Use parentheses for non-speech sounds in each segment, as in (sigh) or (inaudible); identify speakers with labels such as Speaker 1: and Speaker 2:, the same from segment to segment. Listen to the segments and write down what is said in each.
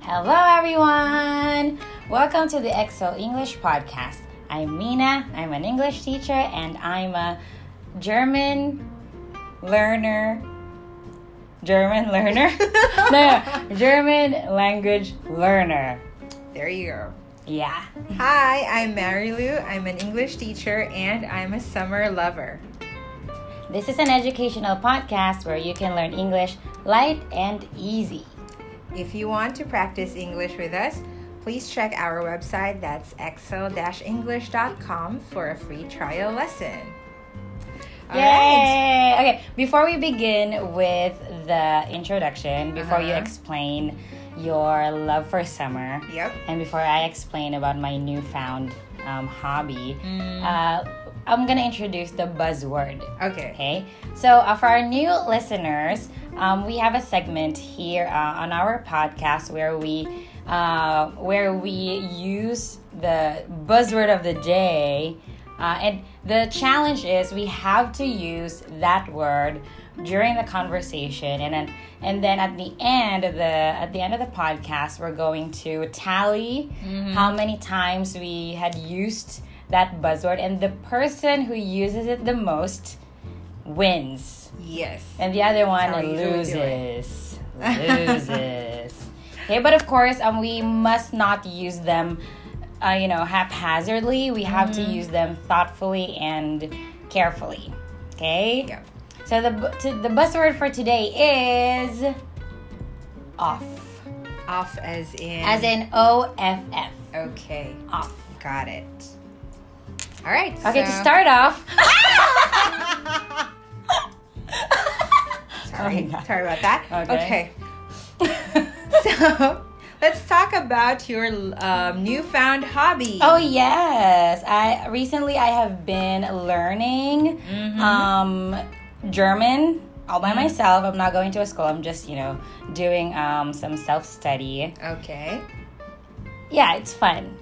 Speaker 1: Hello, everyone. Welcome to the EXO English podcast. I'm Mina. I'm an English teacher, and I'm a German learner. German learner? (laughs) no, German language learner.
Speaker 2: There you go.
Speaker 1: Yeah.
Speaker 2: Hi, I'm Mary Lou. I'm an English teacher and I'm a summer lover.
Speaker 1: This is an educational podcast where you can learn English light and easy.
Speaker 2: If you want to practice English with us, please check our website that's excel-english.com for a free trial lesson. All
Speaker 1: Yay!
Speaker 2: right.
Speaker 1: Okay, before we begin with the introduction, before you
Speaker 2: Uh-huh.
Speaker 1: explain your love for summer,
Speaker 2: Yep.
Speaker 1: and before I explain about my newfound um, hobby, uh, I'm gonna introduce the buzzword.
Speaker 2: Okay.
Speaker 1: Okay, so uh, for our new listeners, um, we have a segment here uh, on our podcast where we uh, where we use the buzzword of the day, uh, and the challenge is we have to use that word during the conversation, and then and then at the end of the at the end of the podcast, we're going to tally
Speaker 2: Mm-hmm.
Speaker 1: how many times we had used that buzzword, and the person who uses it the most wins,
Speaker 2: Yes.
Speaker 1: and the other one
Speaker 2: how you really do
Speaker 1: loses. Loses. okay, but of course, um, we must not use them, uh, you know, haphazardly. We have to use them thoughtfully and carefully. Okay.
Speaker 2: Yep.
Speaker 1: So the bu- to, the buzzword for today is off,
Speaker 2: Off as in.
Speaker 1: as in O F F.
Speaker 2: Okay.
Speaker 1: Off.
Speaker 2: Got it. All right.
Speaker 1: Okay,
Speaker 2: so-
Speaker 1: to
Speaker 2: (laughs)
Speaker 1: start off.
Speaker 2: Sorry.
Speaker 1: (laughs) Oh my God.
Speaker 2: Sorry about that.
Speaker 1: Okay.
Speaker 2: okay. (laughs) so let's talk about your um, newfound hobby.
Speaker 1: Oh yes, I recently I have been learning um, German all by myself. I'm not going to a school. I'm just you know doing um, some self study.
Speaker 2: Okay. (laughs)
Speaker 1: Yeah, it's fun.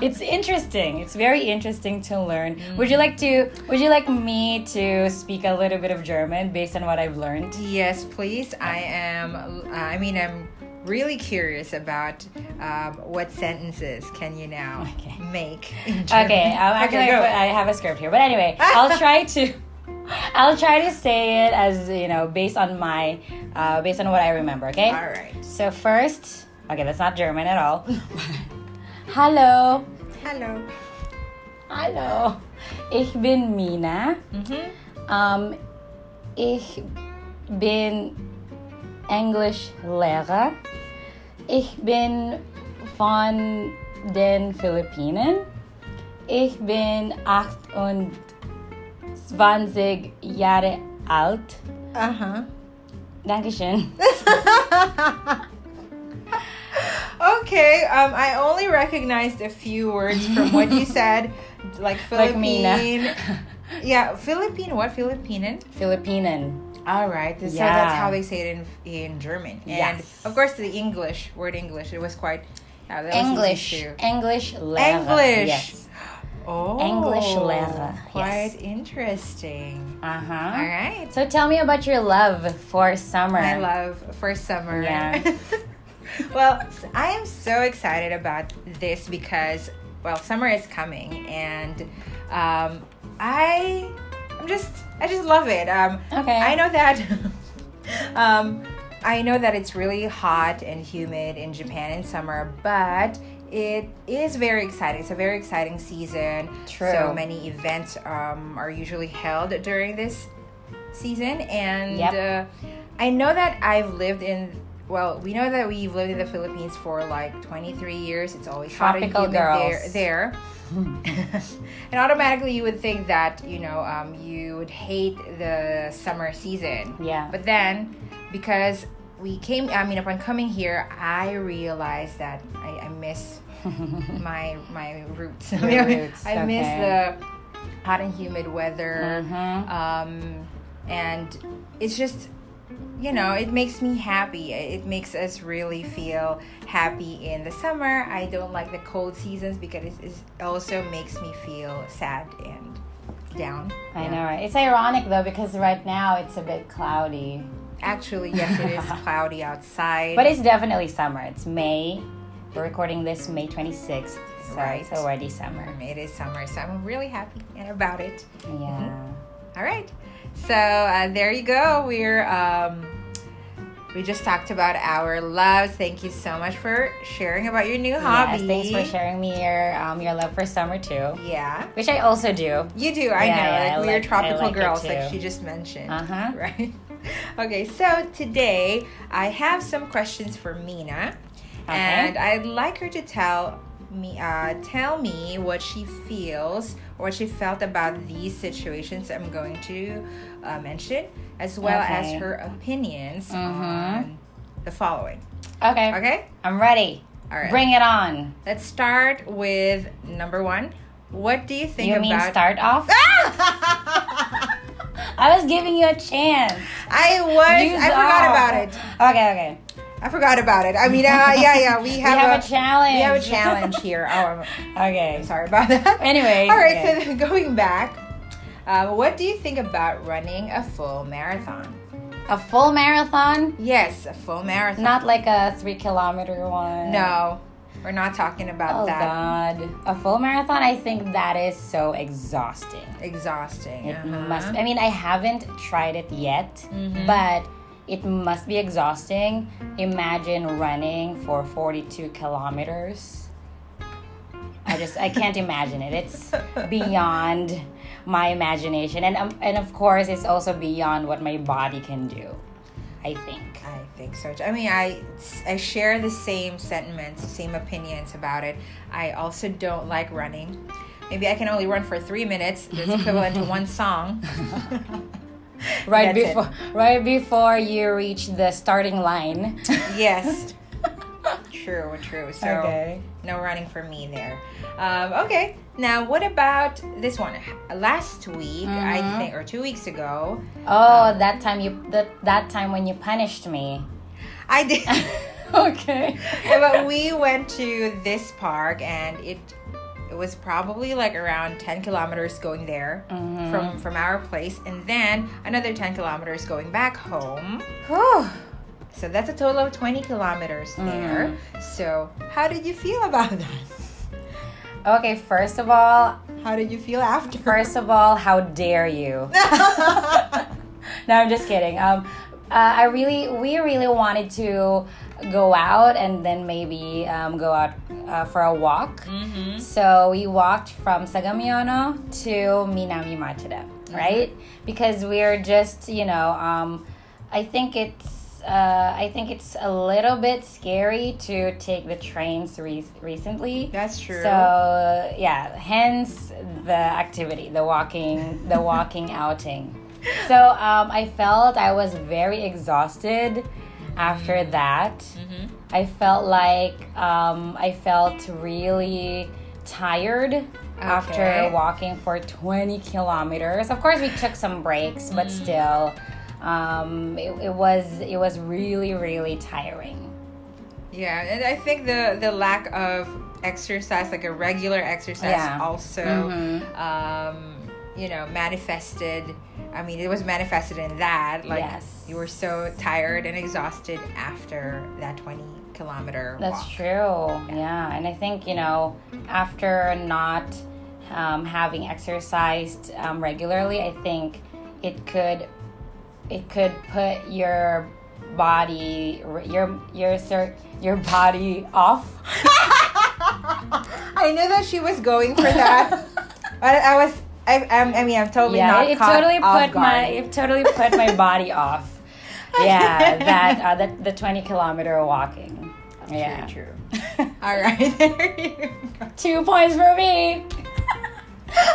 Speaker 1: It's interesting. It's very interesting to learn. Would you like to? Would you like me to speak a little bit of German based on what I've learned?
Speaker 2: yes, please. I am. I mean, I'm really curious about um, what sentences can you now
Speaker 1: Okay.
Speaker 2: make in German.
Speaker 1: Okay, um, actually,
Speaker 2: Okay,
Speaker 1: I,
Speaker 2: go.
Speaker 1: put- I have a script here, but anyway,
Speaker 2: (laughs)
Speaker 1: I'll try to, I'll try to say it as you know, based on my, uh, based on what I remember. Okay.
Speaker 2: All right.
Speaker 1: (laughs) So first, okay, that's not German at all. Hallo,
Speaker 2: Hello.
Speaker 1: hallo, ich bin Mina.
Speaker 2: Mhm.
Speaker 1: Um, ich bin Englischlehrer. Ich bin von den Philippinen. Ich bin 28 Jahre alt.
Speaker 2: Uh huh.
Speaker 1: Dankeschön.
Speaker 2: (laughs)
Speaker 1: (laughs)
Speaker 2: Okay, um, I only recognized a few words from
Speaker 1: (laughs)
Speaker 2: what you said, like
Speaker 1: Like Mina.
Speaker 2: Philippine. yeah, Philippine. What Filipinen?
Speaker 1: (laughs) Philippinen.
Speaker 2: All right, so
Speaker 1: Yeah.
Speaker 2: that's how they say it in in German, and
Speaker 1: Yes.
Speaker 2: of course the English word English. It was quite yeah, that was easy
Speaker 1: English.
Speaker 2: too.
Speaker 1: Englischlehrer.
Speaker 2: English.
Speaker 1: Yes.
Speaker 2: Oh,
Speaker 1: Englischlehrer, yes.
Speaker 2: Quite interesting.
Speaker 1: Uh huh.
Speaker 2: All right.
Speaker 1: So tell me about your love for summer.
Speaker 2: I love for summer.
Speaker 1: Yeah.
Speaker 2: (laughs) well, s- I am so excited about this because well, summer is coming, and um, I I'm just I just love it. Um,
Speaker 1: Okay.
Speaker 2: I know that. (laughs) um, I know that it's really hot and humid in Japan in summer, but it is very exciting. It's a very exciting season.
Speaker 1: True.
Speaker 2: So many events um, are usually held during this season, and
Speaker 1: Yep.
Speaker 2: uh, I know that I've lived in. Well, we know that we've lived in the Philippines for like 23 years. It's always
Speaker 1: Tropical
Speaker 2: hot and humid there.
Speaker 1: girls. (laughs)
Speaker 2: there. and automatically you would think that you know um, you would hate the summer season
Speaker 1: Yeah. (laughs)
Speaker 2: but then because we came i mean upon coming here i realized that i, I miss my my roots,
Speaker 1: Your roots,
Speaker 2: (laughs) i miss
Speaker 1: okay.
Speaker 2: the hot and humid weather
Speaker 1: Mhm.
Speaker 2: um, and it's just you know it makes me happy it makes us really feel happy in the summer i don't like the cold seasons because it, it also makes me feel sad and down
Speaker 1: I know, right? It's ironic though because right now it's a bit cloudy.
Speaker 2: Actually, yes, it is
Speaker 1: (laughs)
Speaker 2: cloudy outside.
Speaker 1: But it's definitely summer. It's May. We're recording this May 26th. So
Speaker 2: Right.
Speaker 1: it's already summer.
Speaker 2: Um, it is summer, so I'm really happy and about it.
Speaker 1: Yeah.
Speaker 2: All right. So uh, there you go. We're um, we just talked about our loves. Thank you so much for sharing about your new hobby.
Speaker 1: Yes, thanks for sharing me your um, your love for summer too,
Speaker 2: Yeah,
Speaker 1: which I also do.
Speaker 2: you do. I
Speaker 1: Yeah,
Speaker 2: know.
Speaker 1: yeah, I
Speaker 2: like, we are
Speaker 1: like- I
Speaker 2: tropical
Speaker 1: like it
Speaker 2: girls, like
Speaker 1: too.
Speaker 2: she just mentioned.
Speaker 1: Uh huh.
Speaker 2: (laughs) Right. Okay. So today I have some questions for Mina,
Speaker 1: Okay.
Speaker 2: and I'd like her to tell me uh, tell me what she feels or what she felt about these situations I'm going to uh, mention, as well
Speaker 1: Okay.
Speaker 2: as her opinions
Speaker 1: Mhm.
Speaker 2: on the following.
Speaker 1: Okay.
Speaker 2: Okay.
Speaker 1: I'm ready.
Speaker 2: All right.
Speaker 1: Bring it on.
Speaker 2: Let's start with number one. What do you think
Speaker 1: you
Speaker 2: about?
Speaker 1: mean start
Speaker 2: (laughs)
Speaker 1: off? I was giving you a chance.
Speaker 2: (laughs) I was.
Speaker 1: Use
Speaker 2: I forgot
Speaker 1: all.
Speaker 2: about it.
Speaker 1: Okay, okay.
Speaker 2: I forgot about it. I mean, uh, yeah,
Speaker 1: (laughs)
Speaker 2: yeah.
Speaker 1: we
Speaker 2: We have,
Speaker 1: have a, challenge.
Speaker 2: We have
Speaker 1: (laughs)
Speaker 2: a challenge here. Oh,
Speaker 1: okay.
Speaker 2: I'm sorry about
Speaker 1: (laughs)
Speaker 2: that.
Speaker 1: Anyway,
Speaker 2: All right,
Speaker 1: okay.
Speaker 2: so (laughs) going back, um, what do you think about running a full marathon?
Speaker 1: A full marathon,
Speaker 2: Yes, a full marathon.
Speaker 1: not like a three kilometer one.
Speaker 2: no, we're not talking about
Speaker 1: Oh
Speaker 2: that.
Speaker 1: God! A full marathon. I think that is so exhausting.
Speaker 2: Exhausting.
Speaker 1: It
Speaker 2: uh-huh.
Speaker 1: must. I mean, I haven't tried it yet,
Speaker 2: Mhm.
Speaker 1: but it must be exhausting. Imagine running for 42 kilometers. I just I can't imagine it.
Speaker 2: (laughs)
Speaker 1: It's beyond my imagination, and um, and of course, it's also beyond what my body can do. I think.
Speaker 2: I think so. too. I mean, I I share the same sentiments, same opinions about it. I also don't like running. Maybe I can only run for three minutes. That's equivalent to one song.
Speaker 1: Right
Speaker 2: That's it.
Speaker 1: before (laughs) right before you reach the starting line.
Speaker 2: (laughs) Yes. True, true. So no running for me there. Um, okay. Now, what about this one? Last week, I
Speaker 1: Mhm.
Speaker 2: think, or two weeks ago,
Speaker 1: Oh, that time you that that time when you punished me. (laughs)
Speaker 2: I did. (laughs)
Speaker 1: okay.
Speaker 2: but we went to this park, and it it was probably like around ten kilometers going there
Speaker 1: Mm-hmm.
Speaker 2: from from our place, and then another ten kilometers going back home.
Speaker 1: Whew.
Speaker 2: So that's a total of twenty kilometers
Speaker 1: Mm-hmm.
Speaker 2: there. So how did you feel about that?
Speaker 1: Okay, first of all,
Speaker 2: How did you feel
Speaker 1: (laughs)
Speaker 2: after?
Speaker 1: first of all, how dare
Speaker 2: (laughs)
Speaker 1: you? no, I'm just kidding. Um, uh, I really, we really wanted to go out and then maybe um, go out uh, for a walk.
Speaker 2: Mm-hmm.
Speaker 1: So we walked from Sagamiono to Minami Machida, right? Because we're just, you know, um, I think it's, uh, I think it's a little bit scary to take the trains re- recently.
Speaker 2: That's true.
Speaker 1: So yeah, hence the activity, the walking, the walking
Speaker 2: (laughs)
Speaker 1: outing. So um, I felt I was very exhausted after
Speaker 2: Mm-hmm.
Speaker 1: that. I felt like um, I felt really tired after
Speaker 2: Okay.
Speaker 1: walking for 20 kilometers. Of course, we took some breaks, but
Speaker 2: Mm-hmm.
Speaker 1: still, um, it, it was it was really really tiring.
Speaker 2: Yeah, and I think the the lack of exercise, like a regular exercise,
Speaker 1: Yeah.
Speaker 2: also,
Speaker 1: Mhm.
Speaker 2: um, you know, manifested. I mean, it was manifested in that. Like
Speaker 1: Yes.
Speaker 2: you were so tired and exhausted after that twenty kilometer
Speaker 1: That's
Speaker 2: walk.
Speaker 1: true. Yeah, and I think you know after not um, having exercised um, regularly, I think it could it could put your body your your cir- your body off.
Speaker 2: (laughs) I knew that she was going (laughs)
Speaker 1: (laughs)
Speaker 2: for that, but I was. I, I'm- I mean, I'm totally
Speaker 1: yeah,
Speaker 2: not
Speaker 1: it, it
Speaker 2: caught
Speaker 1: totally
Speaker 2: off
Speaker 1: put my
Speaker 2: guard.
Speaker 1: it totally put my body
Speaker 2: (laughs)
Speaker 1: off. (laughs) Yeah, that uh, the, the twenty kilometer walking. Yeah,
Speaker 2: True, true. All right, (laughs) there you go.
Speaker 1: (laughs) two points for me.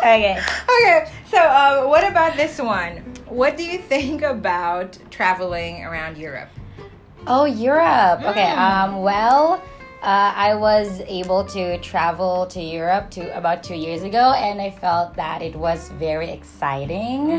Speaker 1: okay.
Speaker 2: Okay, so um, what about this one? What do you think about traveling around Europe?
Speaker 1: Oh, Europe. Okay. Um, well, uh, I was able to travel to Europe to about two years ago, and I felt that it was very exciting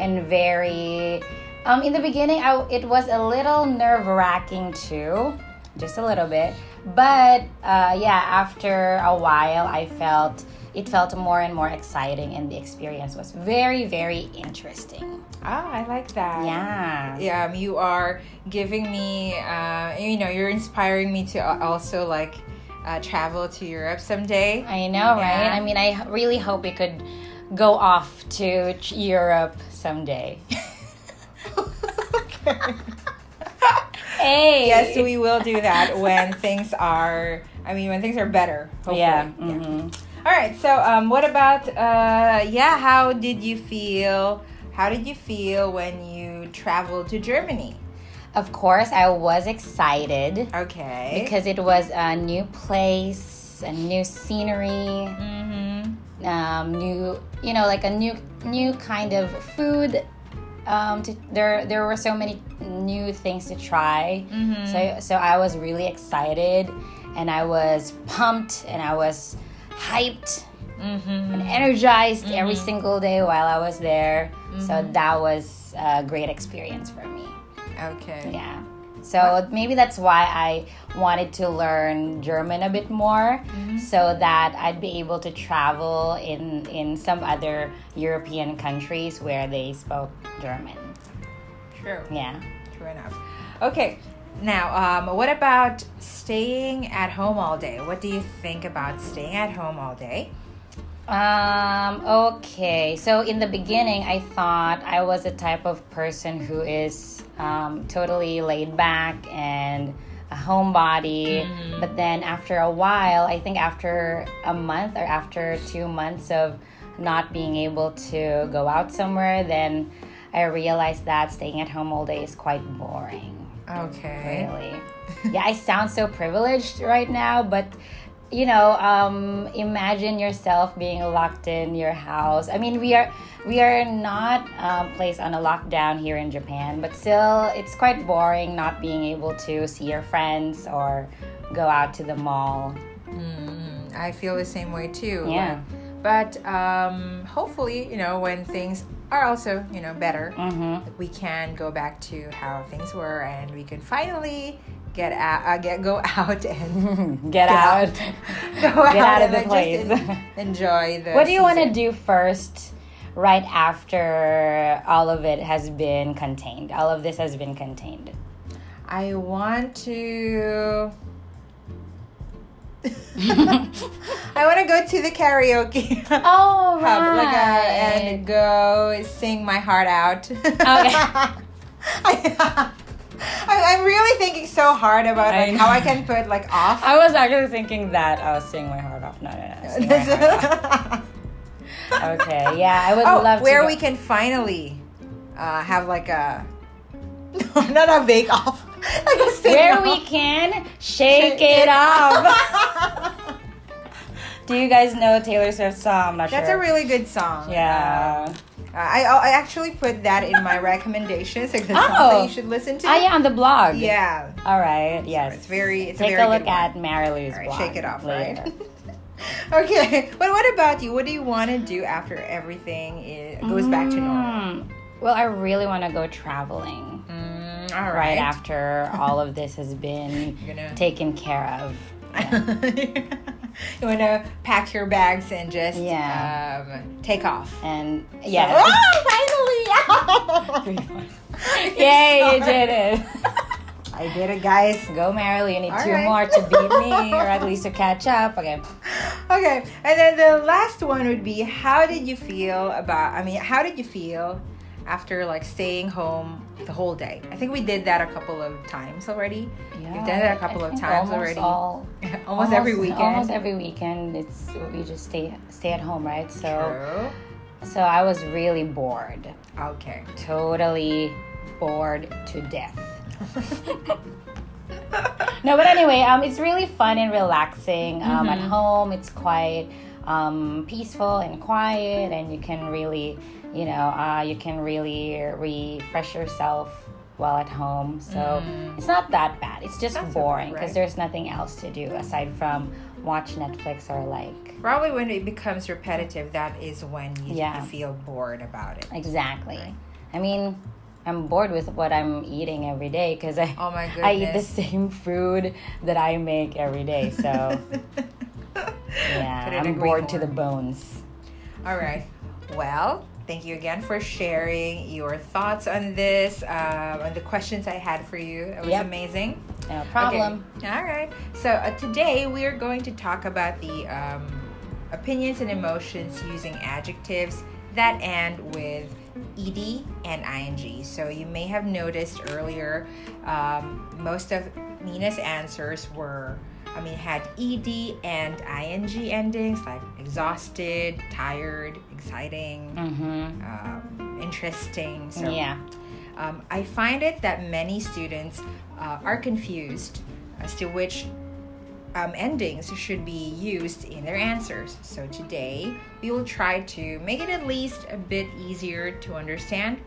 Speaker 1: and very. Um, in the beginning, I, it was a little nerve wracking too, just a little bit. But uh, yeah, after a while, I felt it felt more and more exciting, and the experience was very, very interesting.
Speaker 2: Ah, I like that.
Speaker 1: Yeah.
Speaker 2: Yeah, um, you are giving me, uh, you know, you're inspiring me to al- also like uh, travel to Europe someday.
Speaker 1: I know, right?
Speaker 2: Yeah.
Speaker 1: I mean, I h- really hope we could go off to ch- Europe
Speaker 2: (laughs)
Speaker 1: someday. hey.
Speaker 2: yes, we will
Speaker 1: (laughs)
Speaker 2: do that when things are, I mean, when things are better. Hopefully.
Speaker 1: Yeah. mhm.
Speaker 2: All right. So, um, what about, uh, yeah, how did you feel? How did you feel when you traveled to Germany?
Speaker 1: Of course, I was excited
Speaker 2: Okay.
Speaker 1: because it was a new place, a new scenery,
Speaker 2: mm-hmm.
Speaker 1: um, new, you know, like a new, new kind of food. Um, to, there, there were so many new things to try.
Speaker 2: Mm-hmm.
Speaker 1: So, so I was really excited, and I was pumped, and I was hyped
Speaker 2: mm-hmm.
Speaker 1: and energized every single day while I was there.
Speaker 2: Mm-hmm.
Speaker 1: So that was a great experience for me.
Speaker 2: Okay.
Speaker 1: Yeah. So maybe that's why I wanted to learn German a bit more so that I'd be able to travel in in some other European countries where they spoke German.
Speaker 2: True.
Speaker 1: Yeah.
Speaker 2: True enough. Okay. Now, um, what about staying at home all day? What do you think about staying at home all day?
Speaker 1: Um, okay. So in the beginning, I thought I was the type of person who is um, totally laid back and a homebody. But then after a while, I think after a month or after two months of not being able to go out somewhere, then I realized that staying at home all day is quite boring.
Speaker 2: Okay.
Speaker 1: Really? yeah, I sound so privileged right now, but you know, um, imagine yourself being locked in your house. I mean, we are we are not um, placed on a lockdown here in Japan, but still, it's quite boring not being able to see your friends or go out to the mall.
Speaker 2: Mm, I feel the same way too.
Speaker 1: Yeah.
Speaker 2: But um, hopefully, you know, when things are also, you know, better,
Speaker 1: Mm-hmm.
Speaker 2: we can go back to how things were, and we can finally get out, uh, get go (laughs) out and
Speaker 1: Hmm, Get, out.
Speaker 2: go
Speaker 1: Get out of
Speaker 2: and
Speaker 1: the
Speaker 2: then
Speaker 1: place.
Speaker 2: Just en- enjoy
Speaker 1: (laughs)
Speaker 2: the.
Speaker 1: what do you want to do
Speaker 2: season.
Speaker 1: first? Right after all of it has been contained, all of this has been (laughs) contained.
Speaker 2: I want
Speaker 1: (laughs)
Speaker 2: to. I want to go to the
Speaker 1: (laughs)
Speaker 2: karaoke hub,
Speaker 1: Oh, right.
Speaker 2: like, uh, and go sing my heart out. (laughs) I, I'm really thinking so hard about
Speaker 1: I
Speaker 2: like,
Speaker 1: know.
Speaker 2: how I can put like off.
Speaker 1: I was actually thinking that I was singing my heart off. No, no,
Speaker 2: (laughs)
Speaker 1: no. sing my heart off. okay, yeah, I would
Speaker 2: oh,
Speaker 1: love to.
Speaker 2: where
Speaker 1: go-
Speaker 2: we can finally uh, have like a (laughs) no, not a bake off, (laughs) like a sing
Speaker 1: where we can shake
Speaker 2: (laughs)
Speaker 1: it off. Do you guys know Taylor Swift's song? I'm not
Speaker 2: That's a
Speaker 1: sure.
Speaker 2: really good song.
Speaker 1: yeah.
Speaker 2: Uh, I, I actually put that in
Speaker 1: (laughs)
Speaker 2: my recommendations, like the songs
Speaker 1: Oh.
Speaker 2: that you should listen to.
Speaker 1: Oh, yeah, on the blog.
Speaker 2: Yeah.
Speaker 1: All right. Yes.
Speaker 2: It's very. It's
Speaker 1: Take
Speaker 2: a, very
Speaker 1: look
Speaker 2: good
Speaker 1: at Marilou's
Speaker 2: One. All
Speaker 1: blog.
Speaker 2: right, shake it off,
Speaker 1: later.
Speaker 2: right? (laughs) okay. But what about you? What do you want to do after everything i goes back to normal?
Speaker 1: Mm. Well, I really want to go traveling
Speaker 2: Mm, all
Speaker 1: right after all of this has been
Speaker 2: (laughs) You're gonna.
Speaker 1: taken care of.
Speaker 2: (laughs) you want to pack your bags and just
Speaker 1: Yeah.
Speaker 2: um, take off.
Speaker 1: And
Speaker 2: So-
Speaker 1: yeah.
Speaker 2: Oh, finally! (laughs)
Speaker 1: (laughs) Yay, you
Speaker 2: Sorry.
Speaker 1: did it.
Speaker 2: I did it, guys.
Speaker 1: Go, Marilee. You need
Speaker 2: All
Speaker 1: two
Speaker 2: right.
Speaker 1: more to beat me, or at
Speaker 2: (laughs)
Speaker 1: least to catch up. Okay.
Speaker 2: Okay, and then the last one would be how did you feel about I mean, how did you feel after like staying home the whole day? I think we did that a couple of times already.
Speaker 1: Yeah,
Speaker 2: You've done it a couple
Speaker 1: I
Speaker 2: of
Speaker 1: think
Speaker 2: times
Speaker 1: almost
Speaker 2: already.
Speaker 1: all-
Speaker 2: (laughs) almost, every weekend.
Speaker 1: Almost every weekend, it's we just stay stay at home, right? So
Speaker 2: True.
Speaker 1: so I was really bored, (laughs)
Speaker 2: Okay.
Speaker 1: totally bored to death. No, but anyway, um, it's really fun and relaxing. Um,
Speaker 2: Mm-hmm.
Speaker 1: At home, it's quite um, peaceful and quiet, and you can really, you know, uh, you can really refresh yourself while at home. So it's not that bad. It's just
Speaker 2: Mm. That's
Speaker 1: boring because
Speaker 2: right.
Speaker 1: there's nothing else to do aside from watch Netflix or like
Speaker 2: Probably when it becomes repetitive, that is when you,
Speaker 1: Yeah.
Speaker 2: you feel bored about it.
Speaker 1: exactly. I mean, I'm bored with what I'm eating every day because (laughs) I.
Speaker 2: Oh my goodness. (laughs)
Speaker 1: I eat the same food that I make every day, so Yeah,
Speaker 2: Couldn't
Speaker 1: I'm
Speaker 2: agree
Speaker 1: bored to
Speaker 2: more.
Speaker 1: the bones.
Speaker 2: All right. Well, thank you again for sharing your thoughts on this, uh, on the questions I had for you. It was
Speaker 1: Yep.
Speaker 2: amazing.
Speaker 1: No problem.
Speaker 2: Okay. All right. So uh, today we are going to talk about the um, opinions and emotions using adjectives that end with ed and ing. So you may have noticed earlier, um, most of Nina's answers were. I mean, had ed and ing endings like exhausted, tired, exciting,
Speaker 1: Mm-hmm.
Speaker 2: um, interesting. So
Speaker 1: Yeah.
Speaker 2: um, I find it that many students uh, are confused as to which um, endings should be used in their answers. So today we will try to make it at least a bit easier to understand.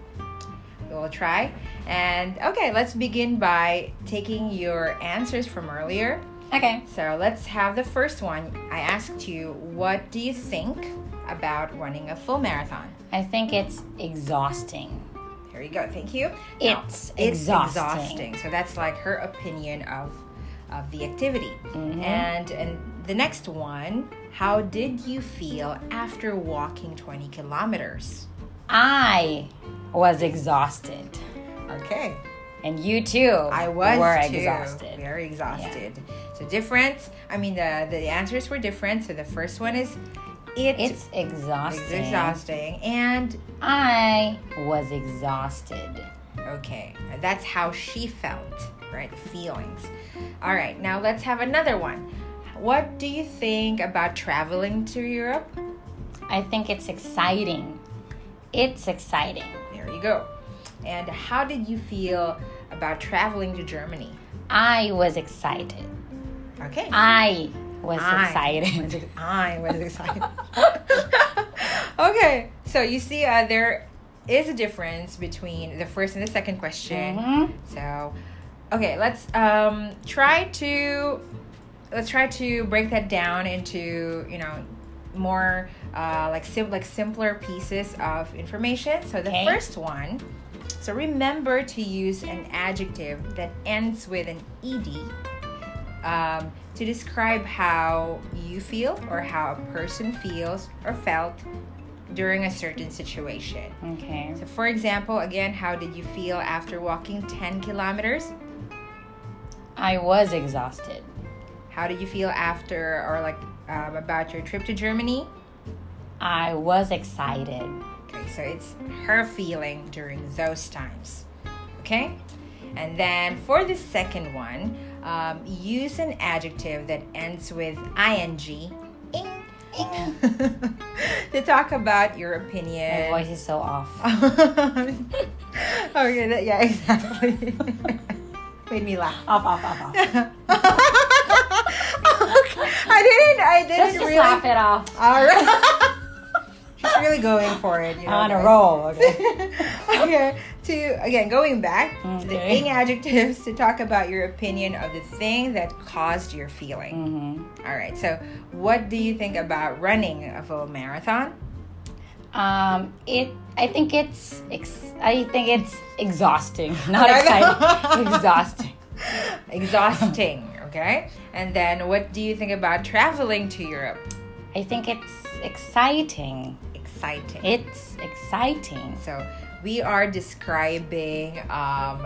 Speaker 2: We will try. And okay, let's begin by taking your answers from earlier.
Speaker 1: Okay.
Speaker 2: So let's have the first one. I asked you, what do you think about running a full marathon?
Speaker 1: I think it's exhausting.
Speaker 2: There you go. Thank you.
Speaker 1: It's exhausting.
Speaker 2: So that's like her opinion of of the activity.
Speaker 1: Mm-hmm.
Speaker 2: And and the next one, how did you feel after walking 20 kilometers?
Speaker 1: I was exhausted.
Speaker 2: Okay.
Speaker 1: And you too.
Speaker 2: I was
Speaker 1: were
Speaker 2: too,
Speaker 1: exhausted.
Speaker 2: Very exhausted. So different. I mean the the answers were different. So the first one is it
Speaker 1: It's
Speaker 2: is
Speaker 1: exhausting.
Speaker 2: exhausting and
Speaker 1: I was exhausted.
Speaker 2: Okay, that's how she felt, right? Feelings. All right, now let's have another one. What do you think about traveling to Europe?
Speaker 1: I think it's exciting. It's exciting.
Speaker 2: There you go. And how did you feel about traveling to Germany?
Speaker 1: I was excited.
Speaker 2: Okay.
Speaker 1: I was (laughs)
Speaker 2: I was
Speaker 1: excited.
Speaker 2: ex- I was excited. (laughs) okay, so you see, uh, there is a difference between the first and the second question.
Speaker 1: Mhm.
Speaker 2: So, okay, let's um, try to let's try to break that down into you know more uh, like sim- like simpler pieces of information. So the
Speaker 1: Okay.
Speaker 2: first one. So remember to use an adjective that ends with an ed um, to describe how you feel or how a person feels or felt during a certain situation.
Speaker 1: Okay.
Speaker 2: So, for example, again, how did you feel after walking 10 kilometers?
Speaker 1: I was exhausted.
Speaker 2: How did you feel after or like um, about your trip to Germany?
Speaker 1: I was excited.
Speaker 2: Okay, so it's her feeling during those times. Okay? And then for the second one, um, use an adjective that ends with ing. (laughs) Ing. Ing. to talk about your
Speaker 1: My
Speaker 2: opinion.
Speaker 1: voice is so (laughs) off.
Speaker 2: (laughs) okay, that, yeah, exactly. (laughs) Made me laugh.
Speaker 1: Off, off, off, off.
Speaker 2: (laughs) I didn't. I didn't
Speaker 1: (laughs) Let's just
Speaker 2: really.
Speaker 1: laugh it off.
Speaker 2: All right. (laughs) She's really going for it. You know,
Speaker 1: On a
Speaker 2: guys.
Speaker 1: roll. Okay.
Speaker 2: (laughs) okay. To again going back to the
Speaker 1: Okay.
Speaker 2: ing adjectives to talk about your opinion of the thing that caused your feeling.
Speaker 1: hmm
Speaker 2: All right. So, what do you think about running a full marathon?
Speaker 1: Um, it. I think it's. Ex- I think it's exhausting. (laughs) Not
Speaker 2: I
Speaker 1: exciting. (laughs)
Speaker 2: know.
Speaker 1: exhausting.
Speaker 2: Exhausting.
Speaker 1: (laughs)
Speaker 2: Okay. And then, what do you think about traveling to Europe?
Speaker 1: I think it's exciting.
Speaker 2: Exciting.
Speaker 1: It's exciting.
Speaker 2: So we are describing um,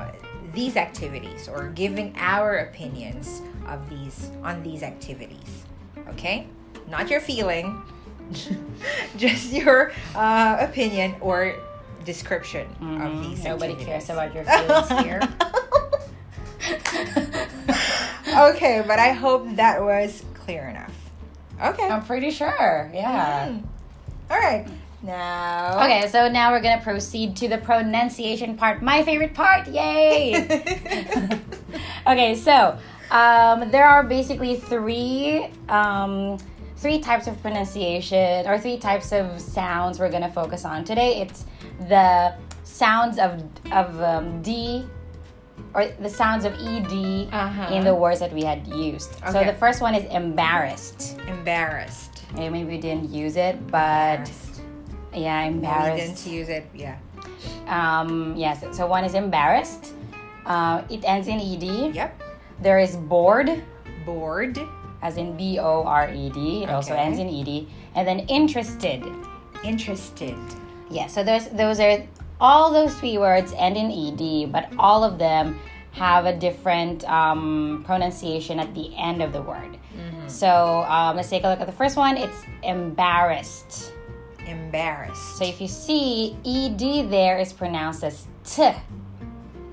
Speaker 2: these activities or giving our opinions of these on these activities. Okay, not your feeling, (laughs) just your uh, opinion or description of these.
Speaker 1: Mm-hmm. Nobody
Speaker 2: activities.
Speaker 1: cares about your
Speaker 2: (laughs)
Speaker 1: feelings here. (laughs)
Speaker 2: okay, but I hope that was clear enough. Okay.
Speaker 1: I'm pretty sure. Um, Yeah.
Speaker 2: Mm. All right. Now.
Speaker 1: Okay, (laughs) so now we're gonna proceed to the pronunciation part. My favorite part. (laughs) Yay! okay, so um, there are basically three um, three types of pronunciation or three types of sounds we're gonna focus on today. It's the sounds of of um, d or the sounds of ed
Speaker 2: Uh-huh.
Speaker 1: in the words that we had used. So
Speaker 2: Okay.
Speaker 1: the first one is embarrassed.
Speaker 2: (laughs) Embarrassed.
Speaker 1: Eh, Maybe we didn't use it, but yeah,
Speaker 2: We
Speaker 1: embarrassed.
Speaker 2: didn't use it. Yeah.
Speaker 1: Um, yes, so one is embarrassed. Uh, it ends in ed.
Speaker 2: Yep.
Speaker 1: There is bored.
Speaker 2: Bored.
Speaker 1: as in B O R E D. It also
Speaker 2: Okay.
Speaker 1: ends in E D. And then interested.
Speaker 2: Interested.
Speaker 1: Yeah, so there's those are all those three words end in ed, but all of them have a different um, pronunciation at the end of the word. So um, let's take a look at the first one. It's embarrassed.
Speaker 2: Embarrassed.
Speaker 1: So if you see ed there is pronounced as t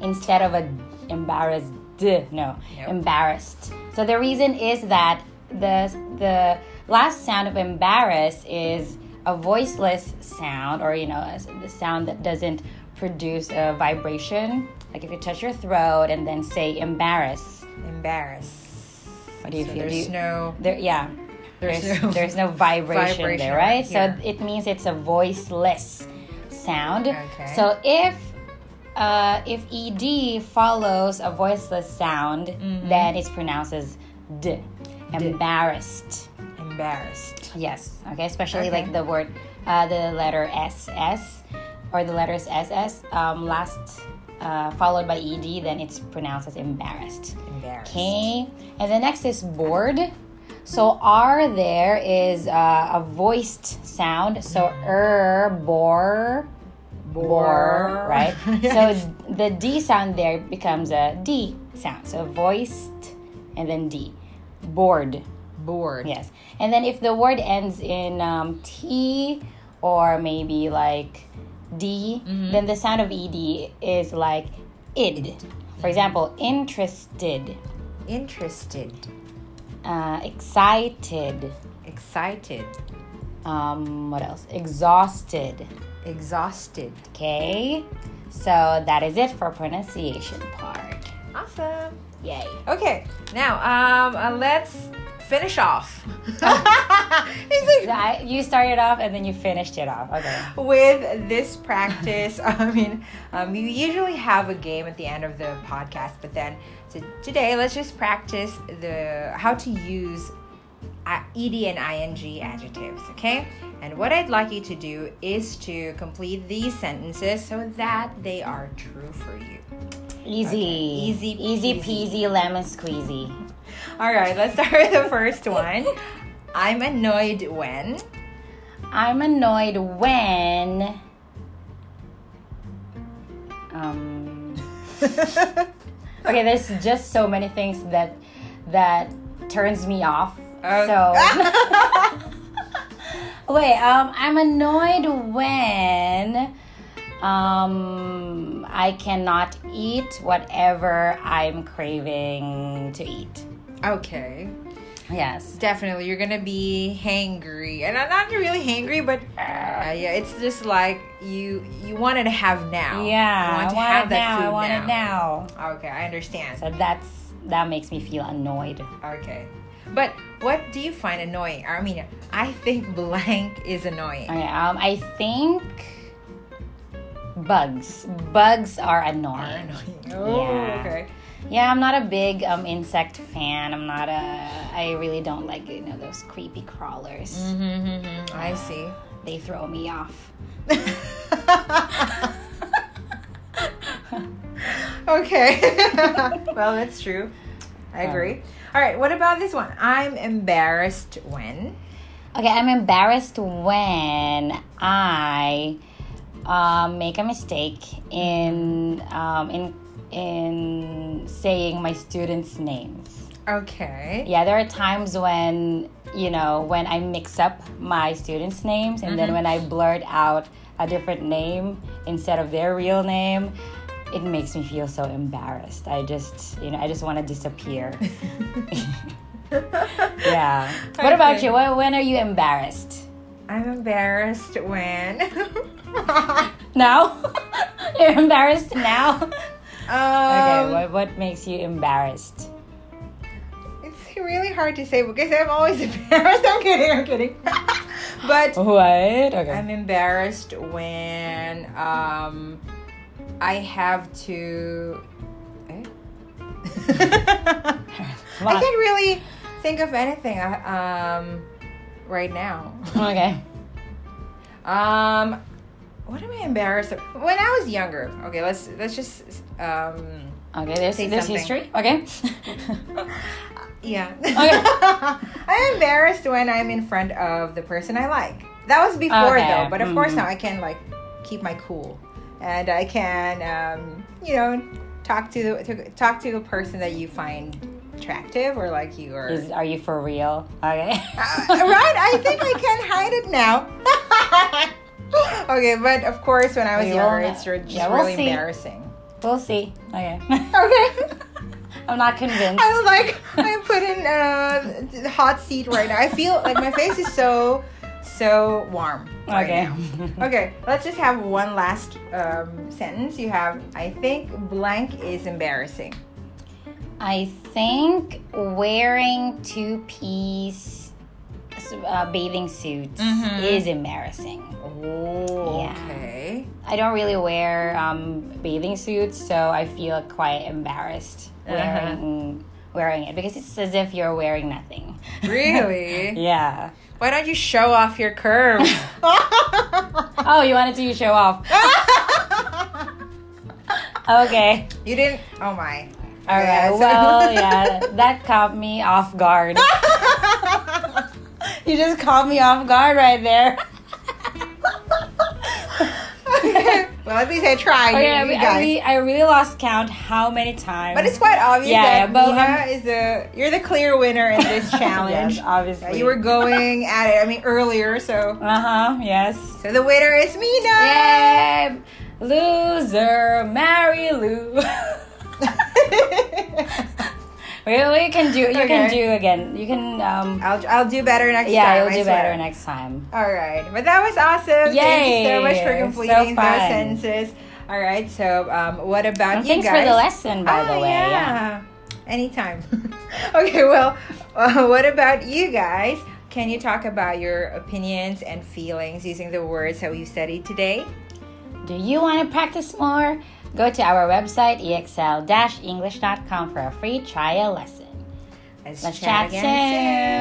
Speaker 1: instead of a embarrassed d. No,
Speaker 2: Yep.
Speaker 1: embarrassed. So the reason is that the the last sound of embarrass is a voiceless sound, or you know, a s- the sound that doesn't produce a vibration. Like if you touch your throat and then say embarrass,
Speaker 2: Embarrassed.
Speaker 1: what do you
Speaker 2: So
Speaker 1: feel? Do
Speaker 2: there's
Speaker 1: you-
Speaker 2: no
Speaker 1: there, yeah. There's,
Speaker 2: There's
Speaker 1: there's no,
Speaker 2: no
Speaker 1: vibration,
Speaker 2: vibration,
Speaker 1: there, right?
Speaker 2: yeah.
Speaker 1: So it means it's a voiceless sound.
Speaker 2: Okay.
Speaker 1: So if uh, if ed follows a voiceless sound, then it's pronounced as Mm-hmm. d. Embarrassed.
Speaker 2: embarrassed.
Speaker 1: Yes. Okay. Especially
Speaker 2: Okay.
Speaker 1: like the word, uh, the letter ss, or the letters ss um, last uh, followed by ed, then it's pronounced as embarrassed.
Speaker 2: Embarrassed.
Speaker 1: Okay, and the next is bored. So R there is uh, a voiced sound. So er, bore, bore, right?
Speaker 2: Yes.
Speaker 1: So the D sound there becomes a D sound. So voiced and then D. Bored,
Speaker 2: bored.
Speaker 1: yes. And then if the word ends in um, T or maybe like D, then the sound of ED is like id. For example, interested
Speaker 2: Interested.
Speaker 1: uh, excited.
Speaker 2: Excited.
Speaker 1: Um, what else? Exhausted.
Speaker 2: Exhausted.
Speaker 1: Okay, so that is it for pronunciation part.
Speaker 2: Awesome.
Speaker 1: Yay!
Speaker 2: Okay, now um, uh, let's finish
Speaker 1: (laughs)
Speaker 2: off. (laughs) It's like-
Speaker 1: I, you started off and then you finished it off. Okay.
Speaker 2: with this practice, (laughs) I mean, um, you usually have a game at the end of the podcast, but then so today let's just practice the how to use uh, ed and ing adjectives, okay? And what I'd like you to do is to complete these sentences so that they are true for you.
Speaker 1: Easy.
Speaker 2: Easy
Speaker 1: Easy peasy lemon squeezy.
Speaker 2: All right, let's start with the first one. I'm annoyed when.
Speaker 1: I'm annoyed when. Um. Okay, there's just so many things that that turns me off.
Speaker 2: Oh. (laughs)
Speaker 1: (laughs) So wait, um, I'm annoyed when um, I cannot eat whatever I'm craving to eat.
Speaker 2: okay.
Speaker 1: Yes.
Speaker 2: Definitely, you're gonna be hangry, and I'm not really hangry, but uh, yeah, it's just like you you wanted to have now.
Speaker 1: Yeah,
Speaker 2: you want
Speaker 1: I
Speaker 2: to
Speaker 1: want
Speaker 2: have
Speaker 1: it
Speaker 2: that
Speaker 1: now.
Speaker 2: food
Speaker 1: I want it now.
Speaker 2: now. Okay, I understand.
Speaker 1: So that's that makes me feel annoyed.
Speaker 2: Okay, but what do you find annoying? I mean, I think (laughs) blank is annoying.
Speaker 1: Okay, um, I think bugs. Bugs are annoying.
Speaker 2: annoying. Oh,
Speaker 1: Yeah.
Speaker 2: okay.
Speaker 1: Yeah, I'm not a big um, insect fan. I'm not a. I really don't like you know those creepy crawlers.
Speaker 2: Mm-hmm,
Speaker 1: Uh.
Speaker 2: I see. (laughs)
Speaker 1: They throw me off. (laughs)
Speaker 2: okay. (laughs) well, that's true. I
Speaker 1: Uh.
Speaker 2: agree. All right, what about this one? I'm embarrassed when.
Speaker 1: Okay, I'm embarrassed when I um, make a mistake in um, in in saying my students' names.
Speaker 2: Okay.
Speaker 1: Yeah, there are times when, you know, when I mix up my students' names and
Speaker 2: Mm-hmm.
Speaker 1: then when I blurt out a different name instead of their real name, it makes me feel so embarrassed. I just, you know, I just want to
Speaker 2: (laughs)
Speaker 1: disappear. (laughs) yeah. What about
Speaker 2: Okay.
Speaker 1: you? When, when are you embarrassed?
Speaker 2: I'm embarrassed when. (laughs)
Speaker 1: Now? (laughs) You're embarrassed
Speaker 2: (laughs)
Speaker 1: now?
Speaker 2: um,
Speaker 1: okay, what, what makes you embarrassed?
Speaker 2: It's really hard to say because I'm always (laughs) embarrassed. I'm kidding, I'm kidding. (laughs) but
Speaker 1: Oh. What? Okay.
Speaker 2: I'm embarrassed when um, I have to.
Speaker 1: (laughs)
Speaker 2: eh? I
Speaker 1: What?
Speaker 2: can't really think of anything uh, um, right now. (laughs)
Speaker 1: Okay.
Speaker 2: Um, what am I embarrassed of? When I was younger. Okay, let's let's just. Um,
Speaker 1: Okay, there's,
Speaker 2: Say
Speaker 1: there's
Speaker 2: something.
Speaker 1: history.
Speaker 2: (laughs)
Speaker 1: Okay. (laughs)
Speaker 2: Yeah.
Speaker 1: Okay.
Speaker 2: (laughs) I'm embarrassed when I'm in front of the person I like. That was before
Speaker 1: Okay.
Speaker 2: though, but of course
Speaker 1: Mhm.
Speaker 2: now I can like keep my cool, and I can um, you know talk to, to talk to a person that you find attractive or like you are.
Speaker 1: Is are you for real? Okay.
Speaker 2: (laughs) Uh, right? I think I can hide it now. (laughs) okay, but of course when I was
Speaker 1: We will
Speaker 2: younger,
Speaker 1: know.
Speaker 2: it's re- just
Speaker 1: Yeah, we'll
Speaker 2: really
Speaker 1: see.
Speaker 2: embarrassing.
Speaker 1: (laughs) We'll see. Okay. (laughs)
Speaker 2: Okay.
Speaker 1: I'm not convinced.
Speaker 2: I'm like I'm put in uh, the hot seat right now. I feel like my face is so so warm. (laughs) right
Speaker 1: Okay.
Speaker 2: now. Okay. Let's just have one last um, sentence. You have I think blank is embarrassing.
Speaker 1: I think wearing two piece uh, bathing suits
Speaker 2: Mhm.
Speaker 1: is embarrassing.
Speaker 2: Oh.
Speaker 1: Yeah. (laughs)
Speaker 2: Okay.
Speaker 1: I don't really wear um, bathing suits, so I feel quite embarrassed
Speaker 2: Uh-huh.
Speaker 1: wearing wearing it because it's as if you're wearing nothing.
Speaker 2: (laughs) (laughs) Really?
Speaker 1: yeah.
Speaker 2: Why don't you show off your
Speaker 1: (laughs)
Speaker 2: curves?
Speaker 1: Oh, you wanted to show
Speaker 2: (laughs)
Speaker 1: off. Okay.
Speaker 2: you didn't. Oh my. (laughs)
Speaker 1: All right.
Speaker 2: Yeah, so- (laughs)
Speaker 1: Well, yeah, that caught me off guard. (laughs) you just caught me off guard right
Speaker 2: (laughs)
Speaker 1: there.
Speaker 2: well, at least I tried.
Speaker 1: Okay, I,
Speaker 2: you,
Speaker 1: re- I,
Speaker 2: you guys.
Speaker 1: re- I really lost count how many times.
Speaker 2: But it's quite obvious
Speaker 1: Yeah,
Speaker 2: that
Speaker 1: but, um,
Speaker 2: Mia is the you're the clear winner in
Speaker 1: (laughs)
Speaker 2: this challenge.
Speaker 1: Yes, obviously.
Speaker 2: You were going at it. I mean earlier, so
Speaker 1: Uh huh.
Speaker 2: (laughs)
Speaker 1: Yes.
Speaker 2: so the winner is Mina.
Speaker 1: Yay! Loser, marry Lou. (laughs) well, you can do. You can
Speaker 2: Okay.
Speaker 1: do again. You can. Um,
Speaker 2: (laughs) I'll I'll do better next
Speaker 1: yeah,
Speaker 2: time.
Speaker 1: you'll
Speaker 2: I
Speaker 1: do
Speaker 2: swear.
Speaker 1: better next time.
Speaker 2: All right, but that was awesome. Thank you so
Speaker 1: Yay.
Speaker 2: much for
Speaker 1: So
Speaker 2: completing
Speaker 1: fun.
Speaker 2: those sentences. All right, so um, what about
Speaker 1: And
Speaker 2: you
Speaker 1: thanks
Speaker 2: guys?
Speaker 1: for the lesson, by
Speaker 2: Ah,
Speaker 1: the way. Yeah.
Speaker 2: yeah. Anytime. (laughs) okay, well, uh, what about you guys? Can you talk about your opinions and feelings using the words that we studied today?
Speaker 1: Do you want to practice more? Go to our website E exl-english.com for a free trial lesson. Let's chat soon.